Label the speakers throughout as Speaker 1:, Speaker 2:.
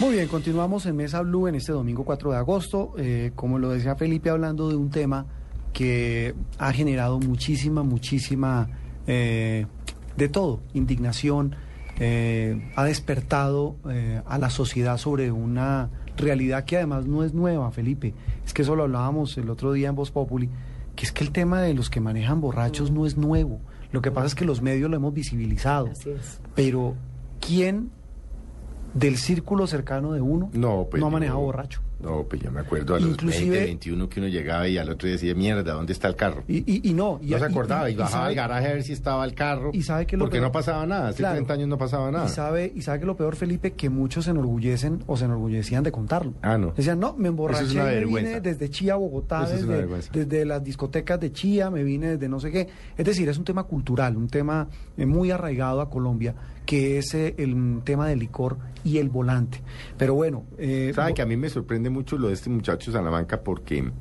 Speaker 1: Muy bien, continuamos en Mesa Blue en este domingo 4 de agosto. Eh, como lo decía Felipe, hablando de un tema que ha generado muchísima, muchísima eh, de todo, indignación, eh, ha despertado eh, a la sociedad sobre una realidad que además no es nueva, Felipe. Es que eso lo hablábamos el otro día en Voz Populi, que es que el tema de los que manejan borrachos no es nuevo. Lo que pasa es que los medios lo hemos visibilizado.
Speaker 2: Así es.
Speaker 1: Pero, ¿quién del círculo cercano de uno
Speaker 3: No, pues
Speaker 1: no
Speaker 3: yo-
Speaker 1: manejaba borracho.
Speaker 3: No, pues yo me acuerdo a los
Speaker 1: Inclusive-
Speaker 3: 20, 21 que uno llegaba y al otro decía, mierda, ¿dónde está el carro?
Speaker 1: Y, y- y no. Y,
Speaker 3: no se acordaba y, bajaba
Speaker 1: sabe-
Speaker 3: al garaje a ver si estaba el carro.
Speaker 1: y sabe que lo
Speaker 3: Porque
Speaker 1: peor-
Speaker 3: no pasaba nada, hace
Speaker 1: Claro.
Speaker 3: 30 años no pasaba nada.
Speaker 1: Y sabe, y sabe que lo peor, Felipe, que muchos se enorgullecen o se enorgullecían de contarlo.
Speaker 3: Ah, no.
Speaker 1: Decían, no, me emborraché,
Speaker 3: Eso es una
Speaker 1: y me
Speaker 3: vergüenza.
Speaker 1: vine desde Chía a Bogotá,
Speaker 3: Eso es una
Speaker 1: desde,
Speaker 3: vergüenza.
Speaker 1: desde las discotecas de Chía, me vine desde no sé qué. Es decir, es un tema cultural, un tema eh, muy arraigado a Colombia, que es eh, el mm, tema del licor y el volante. Pero bueno... eh,
Speaker 3: Sabe
Speaker 1: bo-
Speaker 3: que a mí me sorprende mucho lo de este muchacho Salamanca porque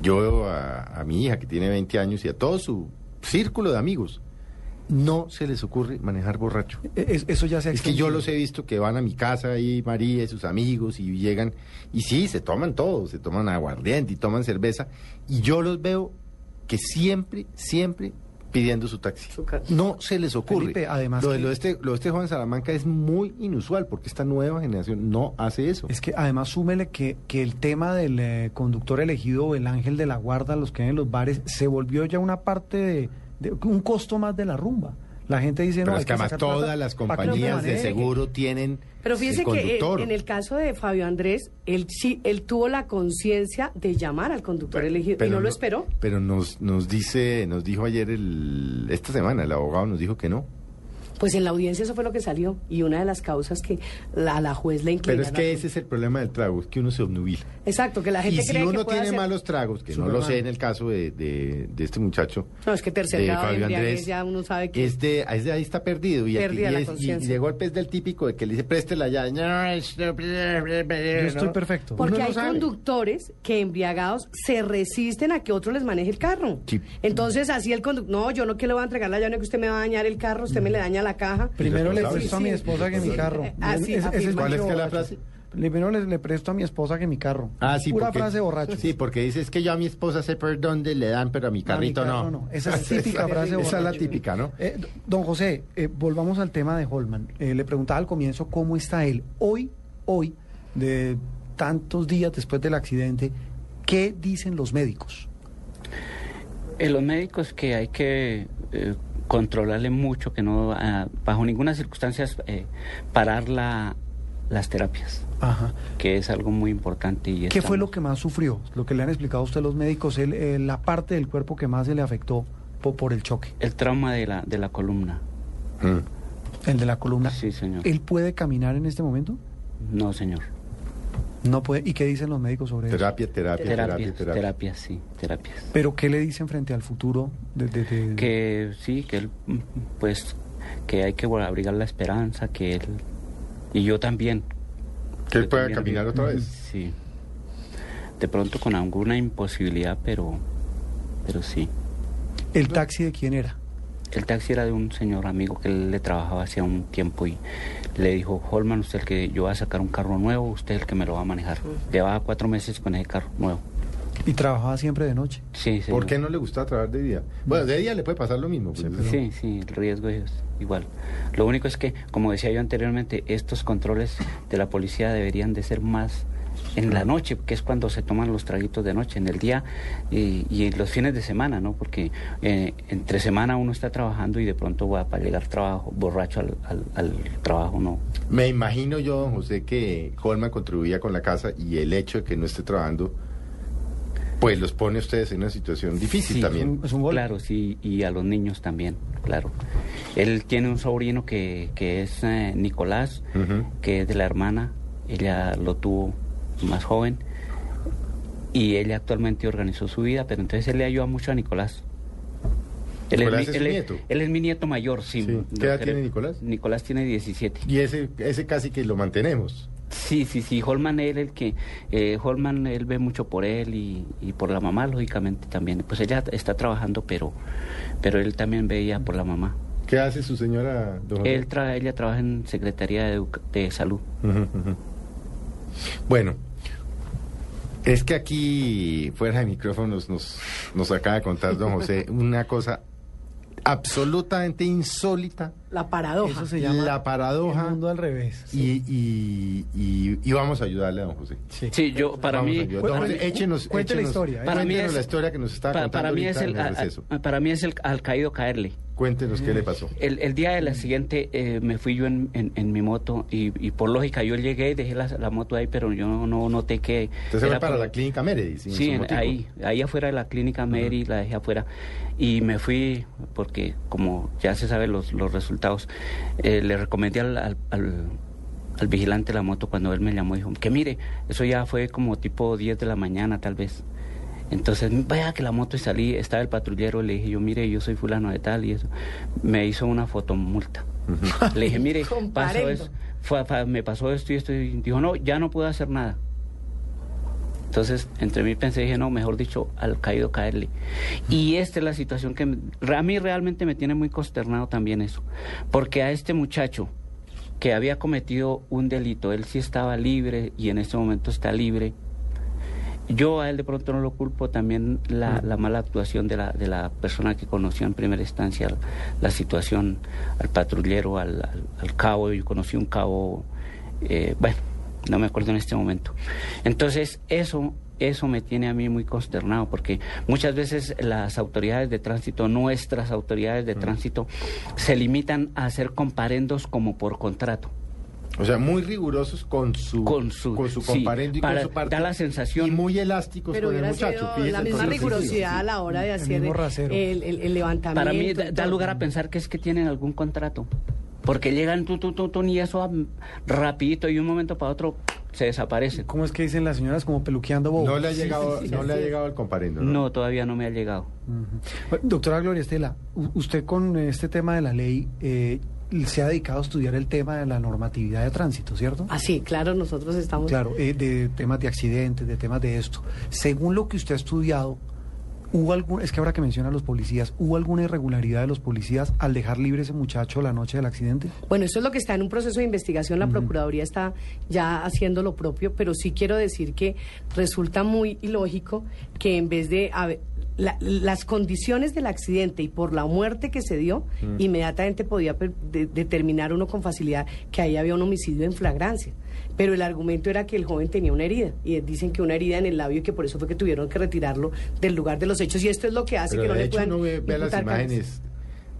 Speaker 3: yo veo a, a mi hija que tiene 20 años y a todo su círculo de amigos. No se les ocurre manejar borracho.
Speaker 1: es- e-, eso ya se ha
Speaker 3: Es que yo
Speaker 1: extendido.
Speaker 3: los he visto que van a mi casa ahí, María y sus amigos, y llegan, y sí, se toman todo, se toman aguardiente y toman cerveza, y yo los veo que siempre, siempre pidiendo su taxi.
Speaker 2: Su ca-
Speaker 3: No se les ocurre.
Speaker 1: Felipe, además
Speaker 3: lo, de,
Speaker 1: que-
Speaker 3: lo de este, lo de este Juan Salamanca es muy inusual, porque esta nueva generación no hace eso.
Speaker 1: Es que además súmele que, que el tema del eh, conductor elegido o el ángel de la guarda, los que hay en los bares, se volvió ya una parte de, de- un costo más de la rumba. La gente dice,
Speaker 3: Pero
Speaker 1: no, hay
Speaker 3: es que además
Speaker 1: sacar plata
Speaker 3: todas las
Speaker 1: para que no me
Speaker 3: compañías de
Speaker 1: maneje".
Speaker 3: seguro tienen
Speaker 2: Pero fíjese
Speaker 3: el
Speaker 2: que eh,
Speaker 3: conductor.
Speaker 2: en el caso de Fabio Andrés, él sí, él tuvo la conciencia de llamar al conductor elegido y no, lo esperó.
Speaker 3: Pero nos, nos dice, nos dijo ayer el, esta semana, el abogado nos dijo que no.
Speaker 2: Pues en la audiencia eso fue lo que salió y una de las causas que la, a la juez le inclinó.
Speaker 3: Pero es que ese es el problema del trago, es que uno se obnubila.
Speaker 2: Exacto, que la gente
Speaker 3: y si
Speaker 2: cree que
Speaker 3: uno
Speaker 2: puede
Speaker 3: tiene
Speaker 2: hacer-
Speaker 3: malos tragos, que no
Speaker 1: Superman.
Speaker 3: lo sé en el caso de, de- de este muchacho.
Speaker 2: No, es que tercer
Speaker 3: de
Speaker 2: grado de
Speaker 3: Fabio
Speaker 2: embriaguez
Speaker 3: Andrés,
Speaker 2: ya uno sabe que-
Speaker 3: es de- es de ahí está perdido. Y, el-
Speaker 2: Pérdida de
Speaker 3: y
Speaker 2: la
Speaker 3: es- y- y
Speaker 2: conciencia.
Speaker 3: de golpe es del típico de que le dice, préstela ya. No, es- no,
Speaker 1: Yo estoy
Speaker 3: ¿no?
Speaker 1: perfecto.
Speaker 2: Porque
Speaker 3: Uno no
Speaker 2: hay
Speaker 3: sabe.
Speaker 2: conductores que embriagados se resisten a que otro les maneje el carro.
Speaker 3: Sí.
Speaker 2: Entonces así el conductor, no, yo no que le voy a entregar la llave, no que usted me va a dañar el carro, usted me le daña la caja.
Speaker 1: Primero le presto a mi
Speaker 2: Sí,
Speaker 1: esposa que
Speaker 2: sí.
Speaker 1: mi carro.
Speaker 2: Ah,
Speaker 1: Ese- ese
Speaker 2: sí,
Speaker 1: es
Speaker 2: afirma.
Speaker 3: ¿Cuál es
Speaker 1: mucho
Speaker 3: que la
Speaker 1: borracho.
Speaker 3: frase?
Speaker 1: Primero le, le presto a mi esposa que mi carro.
Speaker 3: Ah, sí,
Speaker 1: Pura
Speaker 3: porque-
Speaker 1: frase borracho.
Speaker 3: Sí, porque dice, es que yo a mi esposa sé por dónde le dan, pero a mi
Speaker 1: No, mi
Speaker 3: carrito
Speaker 1: carro
Speaker 3: no.
Speaker 1: Esa es típica frase
Speaker 3: Esa es la
Speaker 1: borracho.
Speaker 3: típica, ¿no?
Speaker 1: Eh, d- don José, eh, volvamos al tema de Holman. Eh, le preguntaba al comienzo cómo está él. Hoy, hoy, de tantos días después del accidente, ¿qué dicen los médicos?
Speaker 4: Eh, los médicos que hay que eh, controlarle mucho, que no, ah, bajo ninguna circunstancia, eh, parar la- las terapias,
Speaker 1: Ajá.
Speaker 4: que es algo muy importante. Y
Speaker 1: ¿Qué fue
Speaker 4: estamos-
Speaker 1: lo que más sufrió? Lo que le han explicado a usted los médicos, él, eh, la parte del cuerpo que más se le afectó po- por el choque,
Speaker 4: El trauma de la, de la columna.
Speaker 3: Mm.
Speaker 1: el de la columna.
Speaker 4: Sí, señor.
Speaker 1: ¿Él puede caminar en este momento?
Speaker 4: No, señor.
Speaker 1: No puede. ¿Y qué dicen los médicos sobre eso?
Speaker 3: Terapia, terapia, terapia,
Speaker 4: Terapias,
Speaker 3: terapia.
Speaker 4: terapias, sí, terapias.
Speaker 1: ¿Pero qué le dicen frente al futuro? De, de- de-
Speaker 4: Que sí, que él, mm, pues, que hay que guar- abrigar la esperanza, que él, y yo también.
Speaker 3: Que él
Speaker 4: Yo
Speaker 3: pueda
Speaker 4: también. "Mm,
Speaker 3: caminar otra vez.
Speaker 4: Sí. De pronto con alguna imposibilidad, pero, pero sí.
Speaker 1: ¿El taxi de quién era?
Speaker 4: El taxi era de un señor amigo que él le trabajaba hacía un tiempo y le dijo, Holman, usted es el que yo voy a sacar un carro nuevo, usted es el que me lo va a manejar. Llevaba cuatro meses con ese carro nuevo.
Speaker 1: Y trabajaba siempre de noche.
Speaker 4: Sí,
Speaker 3: ¿Por
Speaker 4: señor.
Speaker 3: qué no le gusta trabajar de día? Bueno, de día le puede pasar lo mismo. pues,
Speaker 1: Sí,
Speaker 3: eso-
Speaker 1: pero-
Speaker 4: Sí, sí, el riesgo es igual. Lo único es que, como decía yo anteriormente, estos controles de la policía deberían de ser más en la noche, que es cuando se toman los traguitos de noche, en el día y, y en los fines de semana, ¿no? Porque eh, entre semana uno está trabajando y de pronto va para llegar trabajo, borracho al, al- al trabajo, ¿no?
Speaker 3: Me imagino yo, don José, que Holman contribuía con la casa y el hecho de que no esté trabajando, pues los pone a ustedes en una situación difícil
Speaker 4: Sí,
Speaker 3: también.
Speaker 1: Es un gol.
Speaker 4: Claro, sí, y a los niños también, claro. Él tiene un sobrino que, que es eh, Nicolás,
Speaker 3: Ujú.
Speaker 4: que es de la hermana, ella lo tuvo más joven, y ella actualmente organizó su vida, pero entonces él le ayuda mucho a Nicolás.
Speaker 3: ¿Nicolás
Speaker 4: mi-
Speaker 3: es su nieto?
Speaker 4: él es mi nieto mayor, sí.
Speaker 3: Sí.
Speaker 4: no
Speaker 3: ¿Qué edad
Speaker 4: creo-
Speaker 3: tiene Nicolás?
Speaker 4: Nicolás tiene 17.
Speaker 3: Y ese, ese casi que lo mantenemos.
Speaker 4: Sí, sí, sí, Holman él el que eh, Holman él ve mucho por él y, y por la mamá lógicamente también. Pues ella está trabajando, pero pero él también veía por la mamá.
Speaker 3: ¿Qué hace su señora, don José?
Speaker 4: Él tra- ella trabaja en Secretaría de, Educa- de Salud.
Speaker 3: Ujú, ujú. Bueno, es que aquí, fuera de micrófonos, nos, nos acaba de contar don José una cosa absolutamente insólita.
Speaker 2: La paradoja.
Speaker 1: Eso se llama
Speaker 3: La paradoja.
Speaker 1: El mundo al revés.
Speaker 3: Y, y- y- y vamos a ayudarle a don José.
Speaker 1: Sí.
Speaker 4: Sí, yo, para
Speaker 3: Vamos a
Speaker 4: mí...
Speaker 3: ayudarle.
Speaker 4: para
Speaker 3: Don
Speaker 4: mí-
Speaker 3: José, échenos,
Speaker 1: Cuente la
Speaker 3: échenos-
Speaker 1: historia, ¿eh?
Speaker 3: Para mí
Speaker 4: es-
Speaker 3: la historia que nos está
Speaker 4: pa-
Speaker 3: contando
Speaker 4: para mí es
Speaker 3: ahorita en
Speaker 4: el,
Speaker 3: el
Speaker 4: a- a-
Speaker 3: receso.
Speaker 4: para mí es el al caído caerle.
Speaker 3: Cuéntenos qué le pasó.
Speaker 4: El, el día de la siguiente eh, me fui yo en, en- en mi moto y, y por lógica yo llegué y dejé la, la moto ahí, pero yo no noté que...
Speaker 3: Usted se
Speaker 4: era
Speaker 3: fue para
Speaker 4: por-
Speaker 3: la clínica Meredith. sin
Speaker 4: eh, Sí,
Speaker 3: su
Speaker 4: en-
Speaker 3: motico.
Speaker 4: ahí, ahí afuera de la clínica Mary, la dejé afuera y me fui porque como ya se sabe los, los resultados, eh, le recomendé al, al- al- al vigilante de la moto cuando él me llamó, dijo, que mire, eso ya fue como tipo 10 de la mañana tal vez. Entonces, vea que la moto y salí, estaba el patrullero, le dije yo, mire, yo soy fulano de tal y eso. Me hizo una fotomulta. Le dije, mire, pasó
Speaker 2: Comparendo.
Speaker 4: eso, fue- fue- me pasó esto y esto. Y dijo, no, ya no puedo hacer nada. Entonces, entre mí pensé, dije, no, mejor dicho, al caído caerle. Y esta es la situación que me- re- a mí realmente me tiene muy consternado también eso. Porque a este muchacho que había cometido un delito, él sí estaba libre y en este momento está libre. Yo a él de pronto no lo culpo, también la, la mala actuación de la, de la persona que conoció en primera instancia la, la situación, al patrullero, al, al- al cabo, yo conocí un cabo, eh, bueno, no me acuerdo en este momento. Entonces, eso, eso me tiene a mí muy consternado, porque muchas veces las autoridades de tránsito, nuestras autoridades de tránsito, se limitan a hacer comparendos como por contrato
Speaker 3: O sea, muy rigurosos con su,
Speaker 4: con su, sí,
Speaker 3: comparendo y
Speaker 4: para-
Speaker 3: con su parte.
Speaker 4: Da la sensación
Speaker 3: Y muy elásticos
Speaker 2: Pero
Speaker 3: con el
Speaker 2: hubiera
Speaker 3: muchacho.
Speaker 2: sido
Speaker 3: fíjese
Speaker 2: la
Speaker 3: con
Speaker 2: misma
Speaker 3: el
Speaker 2: rigurosidad a la hora de
Speaker 1: El
Speaker 2: hacer
Speaker 1: mismo
Speaker 2: el,
Speaker 1: rasero.
Speaker 2: el- el levantamiento.
Speaker 4: Para mí
Speaker 2: y
Speaker 4: da, da
Speaker 2: todo.
Speaker 4: lugar a pensar que es que tienen algún contrato. Porque llegan tú, tú, tú, tú, y eso ah, rapidito y de un momento para otro se desaparece.
Speaker 1: ¿Cómo es que dicen las señoras? Como peluqueando bobos.
Speaker 3: No le ha llegado,
Speaker 2: sí, sí,
Speaker 3: no le ha
Speaker 2: sí.
Speaker 3: llegado el comparendo.
Speaker 4: No, todavía no me ha llegado.
Speaker 1: Ujú. Pues, Doctora Gloria Estela, u- usted con este tema de la ley eh, se ha dedicado a estudiar el tema de la normatividad de tránsito, ¿cierto?
Speaker 2: Así, Ah, claro, nosotros estamos.
Speaker 1: Claro, eh, de temas de accidentes, de temas de esto. Según lo que usted ha estudiado, ¿hubo algún, es que ahora que menciona a los policías, ¿hubo alguna irregularidad de los policías al dejar libre ese muchacho la noche del accidente?
Speaker 2: Bueno, eso es lo que está en un proceso de investigación. La Procuraduría está ya haciendo lo propio, pero sí quiero decir que resulta muy ilógico que en vez de haber- la- las condiciones del accidente y por la muerte que se dio, inmediatamente podía per- de- determinar uno con facilidad que ahí había un homicidio en flagrancia. Pero el argumento era que el joven tenía una herida y dicen que una herida en el labio y que por eso fue que tuvieron que retirarlo del lugar de los hechos y esto es lo que hace
Speaker 3: Pero
Speaker 2: que no
Speaker 3: de
Speaker 2: le
Speaker 3: hecho,
Speaker 2: puedan
Speaker 3: uno ve, ve las
Speaker 2: imputar cargos.
Speaker 3: imágenes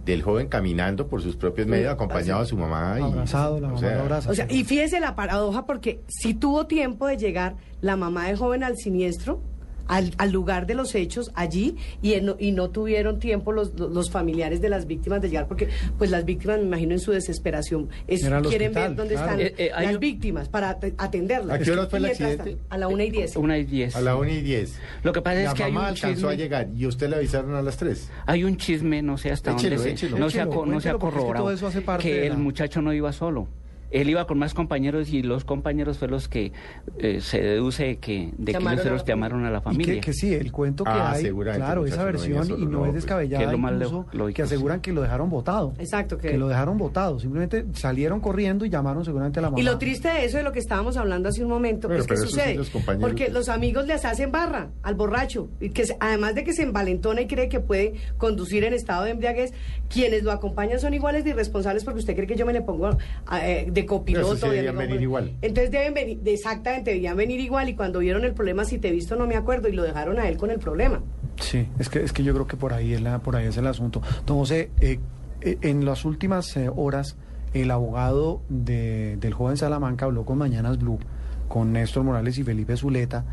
Speaker 3: del joven caminando por sus propios
Speaker 2: Sí,
Speaker 3: medios, acompañado de
Speaker 2: así.
Speaker 3: su mamá. Y,
Speaker 1: Abrazado, la
Speaker 3: o
Speaker 1: mamá
Speaker 3: sea,
Speaker 1: lo abraza.
Speaker 2: O sea, y fíjese la paradoja porque si tuvo tiempo de llegar la mamá de joven al siniestro, al, al lugar de los hechos, allí, y, en- y no tuvieron tiempo los, los familiares de las víctimas de llegar, porque pues las víctimas, me imagino, en su desesperación, es-
Speaker 1: Era al
Speaker 2: quieren
Speaker 1: hospital,
Speaker 2: ver dónde
Speaker 1: claro.
Speaker 2: están
Speaker 4: Eh, eh, hay
Speaker 2: las
Speaker 4: un-
Speaker 2: víctimas para at- atenderlas.
Speaker 3: ¿A qué hora fue
Speaker 2: Y
Speaker 3: el
Speaker 2: mientras
Speaker 3: accidente?
Speaker 2: tanto, A la una y diez.
Speaker 4: Una y diez.
Speaker 3: A la 1 y 10.
Speaker 4: Pues Lo que pasa
Speaker 3: la
Speaker 4: es que hay
Speaker 3: mamá
Speaker 4: un
Speaker 3: alcanzó
Speaker 4: chisme.
Speaker 3: a llegar y usted le avisaron a las 3.
Speaker 4: Hay un chisme, no sé hasta
Speaker 3: Échelo,
Speaker 4: dónde se,
Speaker 3: échelo.
Speaker 4: no, se ha,
Speaker 1: Échelo,
Speaker 4: co- no se ha
Speaker 1: cuéntelo, porque es que
Speaker 4: corroborado
Speaker 1: todo eso hace parte
Speaker 4: que
Speaker 1: de
Speaker 4: el
Speaker 1: la-
Speaker 4: muchacho no iba solo. Él iba con más compañeros y los compañeros fueron los que eh, se deduce que de que
Speaker 2: Llamaron
Speaker 4: ellos se
Speaker 2: a la
Speaker 4: los llamaron a la
Speaker 1: Y
Speaker 4: familia.
Speaker 1: que, que sí, el cuento que
Speaker 3: Ah,
Speaker 1: hay,
Speaker 3: seguramente,
Speaker 1: claro,
Speaker 3: muchacho,
Speaker 1: esa
Speaker 3: no venía
Speaker 1: versión
Speaker 3: solo,
Speaker 1: y no,
Speaker 3: no,
Speaker 1: es
Speaker 3: pues,
Speaker 1: descabellada,
Speaker 4: que es lo más
Speaker 1: incluso,
Speaker 4: lo- lógico,
Speaker 1: que aseguran que lo dejaron botado.
Speaker 2: Exacto, que-
Speaker 1: que... lo dejaron botado, simplemente salieron corriendo y llamaron seguramente a la mamá.
Speaker 2: Y lo triste de eso, de lo que estábamos hablando hace un momento,
Speaker 3: Bueno,
Speaker 2: es que
Speaker 3: pero eso sí,
Speaker 2: sucede.
Speaker 3: los compañeros- pues
Speaker 2: porque los amigos les hacen barra al borracho. Y que se- además de que se envalentona y cree que puede conducir en estado de embriaguez, quienes lo acompañan son iguales de irresponsables porque usted cree que yo me le pongo ah, eh, de copiloto.
Speaker 3: Eso sí
Speaker 2: de
Speaker 3: debían
Speaker 2: amigo,
Speaker 3: venir
Speaker 2: bueno.
Speaker 3: igual.
Speaker 2: Entonces deben venir, de- exactamente, debían venir igual. Y cuando vieron el problema, si te he visto, no me acuerdo. Y lo dejaron a él con el problema.
Speaker 1: Sí, es que, es que yo creo que por ahí es, la, por ahí es el asunto. Don José, eh, eh, en las últimas eh, horas, el abogado de- del joven Salamanca habló con Mañanas Blue, con Néstor Morales y Felipe Zuleta,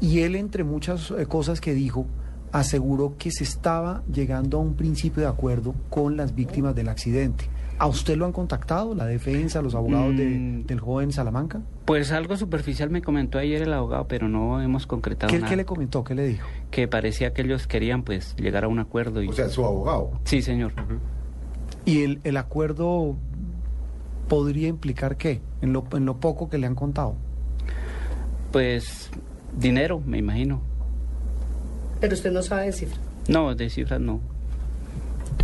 Speaker 1: y él, entre muchas eh, cosas que dijo, aseguró que se estaba llegando a un principio de acuerdo con las víctimas del accidente. ¿A usted lo han contactado, la defensa, los abogados de-
Speaker 4: Mm.
Speaker 1: del joven Salamanca?
Speaker 4: Pues algo superficial me comentó ayer el abogado, pero no hemos concretado
Speaker 1: ¿Qué,
Speaker 4: nada.
Speaker 1: qué le comentó? ¿Qué le dijo?
Speaker 4: Que parecía que ellos querían pues llegar a un acuerdo y
Speaker 3: O sea, su abogado.
Speaker 4: sí, señor.
Speaker 1: ¿Y el, el acuerdo podría implicar qué? En lo, en lo poco que le han contado.
Speaker 4: Pues dinero, me imagino.
Speaker 2: Pero usted no sabe decir.
Speaker 4: No, de cifras no.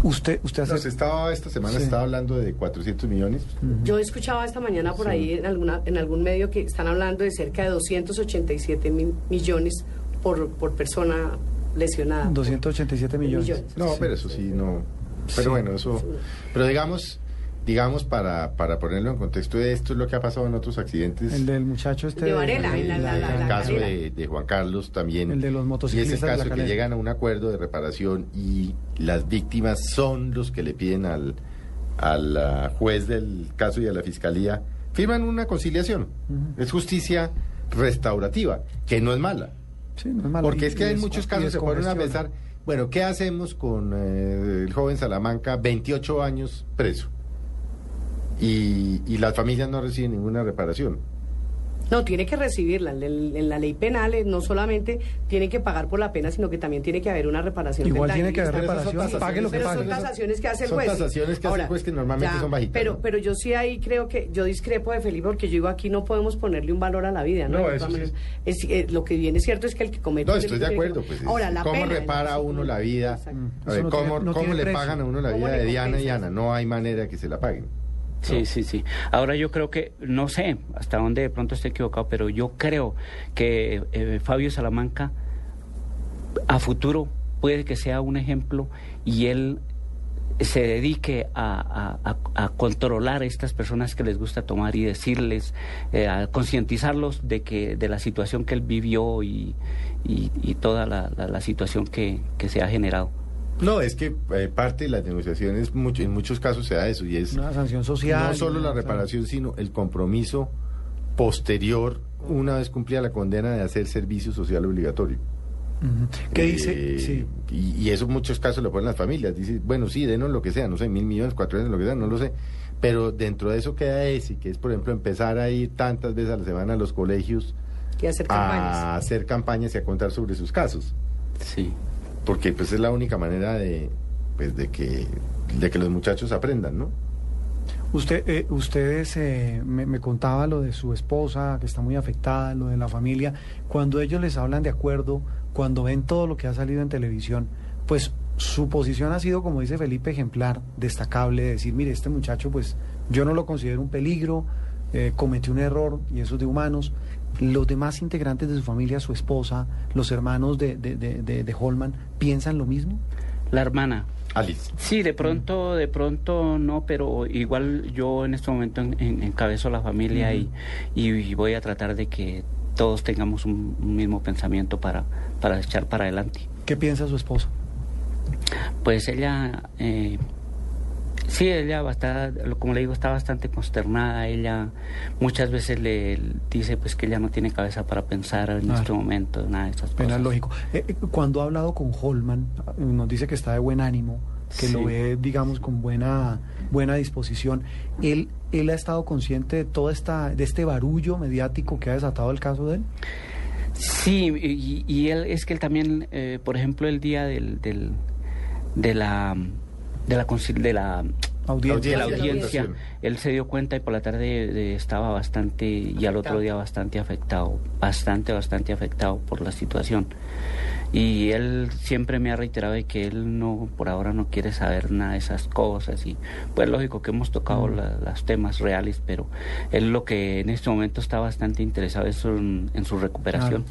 Speaker 1: Usted, usted hace...
Speaker 3: No, se estaba, esta semana
Speaker 1: Sí.
Speaker 3: estaba hablando de 400 millones.
Speaker 2: Yo escuchaba esta mañana por ahí en, alguna, en algún medio que están hablando de cerca de 287 mil millones por, por persona lesionada.
Speaker 1: 287 millones.
Speaker 2: Millones.
Speaker 3: No,
Speaker 1: Sí.
Speaker 3: pero eso sí, no. Pero
Speaker 1: Sí.
Speaker 3: bueno, eso. Pero digamos, digamos para, para ponerlo en contexto, esto es lo que ha pasado en otros accidentes. Eh,
Speaker 1: El del muchacho este...
Speaker 2: De Varela, en la- la- la-
Speaker 3: el
Speaker 2: la-
Speaker 3: caso
Speaker 2: carrera.
Speaker 3: de, de Juan Carlos también.
Speaker 1: El de los motociclistas
Speaker 3: Y es
Speaker 1: de
Speaker 3: el
Speaker 1: la
Speaker 3: caso que
Speaker 1: calera.
Speaker 3: llegan a un acuerdo de reparación y las víctimas son los que le piden al, al ah, juez del caso y a la fiscalía. Firman una conciliación.
Speaker 1: Ujú.
Speaker 3: Es justicia restaurativa, que no es mala.
Speaker 1: Sí, no es malo.
Speaker 3: Porque es
Speaker 1: Y
Speaker 3: que en
Speaker 1: des-
Speaker 3: muchos
Speaker 1: y
Speaker 3: casos se ponen a
Speaker 1: descongestiona.
Speaker 3: pensar, bueno, ¿qué hacemos con eh, el joven Salamanca, 28 años preso? Y, y las familias no reciben ninguna reparación.
Speaker 2: No, tiene que recibirla. En, el- en la ley penal eh, no solamente tiene que pagar por la pena, sino que también tiene que haber una reparación.
Speaker 1: Igual
Speaker 2: del
Speaker 1: tiene
Speaker 2: daño.
Speaker 1: que haber
Speaker 2: Pero esas son
Speaker 1: reparación,
Speaker 2: tasaciones,
Speaker 1: pague lo que
Speaker 2: pero
Speaker 1: pague.
Speaker 2: Son tasaciones que hace el
Speaker 3: Son
Speaker 2: juez.
Speaker 3: tasaciones que hace el juez que normalmente son bajitas,
Speaker 2: Pero,
Speaker 3: ¿no?
Speaker 2: pero yo sí ahí creo que, yo discrepo de Felipe porque yo digo aquí no podemos ponerle un valor a la vida. No,
Speaker 3: No,
Speaker 2: De
Speaker 3: eso
Speaker 2: todas
Speaker 3: sí.
Speaker 2: maneras, es- eh, lo que viene es cierto es que el que comete.
Speaker 3: No,
Speaker 2: un
Speaker 3: estoy de
Speaker 2: delito tiene que-
Speaker 3: acuerdo. Pues, es-
Speaker 2: Ahora, la
Speaker 3: ¿Cómo
Speaker 2: pena,
Speaker 3: repara
Speaker 2: entonces,
Speaker 3: uno la vida?
Speaker 2: Exacto.
Speaker 1: Mm.
Speaker 3: A
Speaker 1: Eso
Speaker 3: ver,
Speaker 1: no
Speaker 3: ¿cómo,
Speaker 1: tiene- no
Speaker 3: cómo
Speaker 1: tiene
Speaker 3: le
Speaker 1: precio.
Speaker 3: pagan a uno la
Speaker 2: ¿Cómo
Speaker 3: vida
Speaker 2: le
Speaker 3: de Diana y
Speaker 2: compensas?
Speaker 3: Ana? No hay manera que se la paguen.
Speaker 4: Sí, sí, sí. Ahora yo creo que, no sé hasta dónde de pronto esté equivocado, pero yo creo que eh, Fabio Salamanca a futuro puede que sea un ejemplo y él se dedique a, a- a- a controlar a estas personas que les gusta tomar y decirles, eh, a concientizarlos de que de la situación que él vivió y, y- y toda la, la- la situación que, que se ha generado.
Speaker 3: No, es que eh, parte de las negociaciones mucho- en muchos casos se da eso y es
Speaker 1: Una sanción social.
Speaker 3: no solo la
Speaker 1: una-
Speaker 3: reparación, sino el compromiso posterior, una vez cumplida la condena, de hacer servicio social obligatorio.
Speaker 1: Ujú. ¿Qué
Speaker 3: Eh,
Speaker 1: dice? Sí.
Speaker 3: Y, y eso en muchos casos lo ponen las familias. Dice, bueno, sí, denos lo que sea, no sé, mil millones, cuatro millones, lo que sea, no lo sé. Pero dentro de eso queda ese, que es, por ejemplo, empezar a ir tantas veces a la semana a los colegios
Speaker 2: Y hacer campañas.
Speaker 3: a hacer campañas y a contar sobre sus casos.
Speaker 4: Sí.
Speaker 3: Porque pues es la única manera de, pues, de, que, de que los muchachos aprendan, ¿no?
Speaker 1: Usted, eh, ustedes eh, me, me contaba lo de su esposa, que está muy afectada, lo de la familia. Cuando ellos les hablan de acuerdo, cuando ven todo lo que ha salido en televisión, pues su posición ha sido, como dice Felipe, ejemplar, destacable, de decir, mire, este muchacho, pues yo no lo considero un peligro, eh, cometió un error y eso es de humanos. Los demás integrantes de su familia, su esposa, los hermanos de, de, de, de- de Holman, ¿piensan lo mismo?
Speaker 4: La hermana,
Speaker 3: Alice.
Speaker 4: Sí,
Speaker 1: Mm.
Speaker 4: de pronto, de pronto no, pero igual yo en este momento en- en- encabezo la familia y- y, y voy a tratar de que todos tengamos un, un mismo pensamiento para, para echar para adelante.
Speaker 1: ¿Qué piensa su esposa?
Speaker 4: Pues ella, eh, sí, ella está, como le digo, está bastante consternada. Ella muchas veces le dice pues que ella no tiene cabeza para pensar en
Speaker 1: Claro.
Speaker 4: este momento, nada de esas cosas.
Speaker 1: Penal lógico. Eh, eh, cuando ha hablado con Holman, ah, nos dice que está de buen ánimo, que lo
Speaker 4: Sí.
Speaker 1: ve, digamos, con buena, buena disposición. ¿Él, ¿Él ha estado consciente de todo esta, de este barullo mediático que ha desatado el caso de él?
Speaker 4: Sí, y, y él es que él también, eh, por ejemplo, el día del, del- de la de la conci- de la,
Speaker 1: Audiencia.
Speaker 4: de la
Speaker 2: Audiencia.
Speaker 4: audiencia, él se dio cuenta y por la tarde eh, estaba bastante y al otro
Speaker 2: Afectado.
Speaker 4: día bastante afectado, bastante bastante afectado por la situación. Y él siempre me ha reiterado de que él no, por ahora no quiere saber nada de esas cosas. Y pues lógico que hemos tocado la- los temas reales, pero él lo que en este momento está bastante interesado es en, en su recuperación.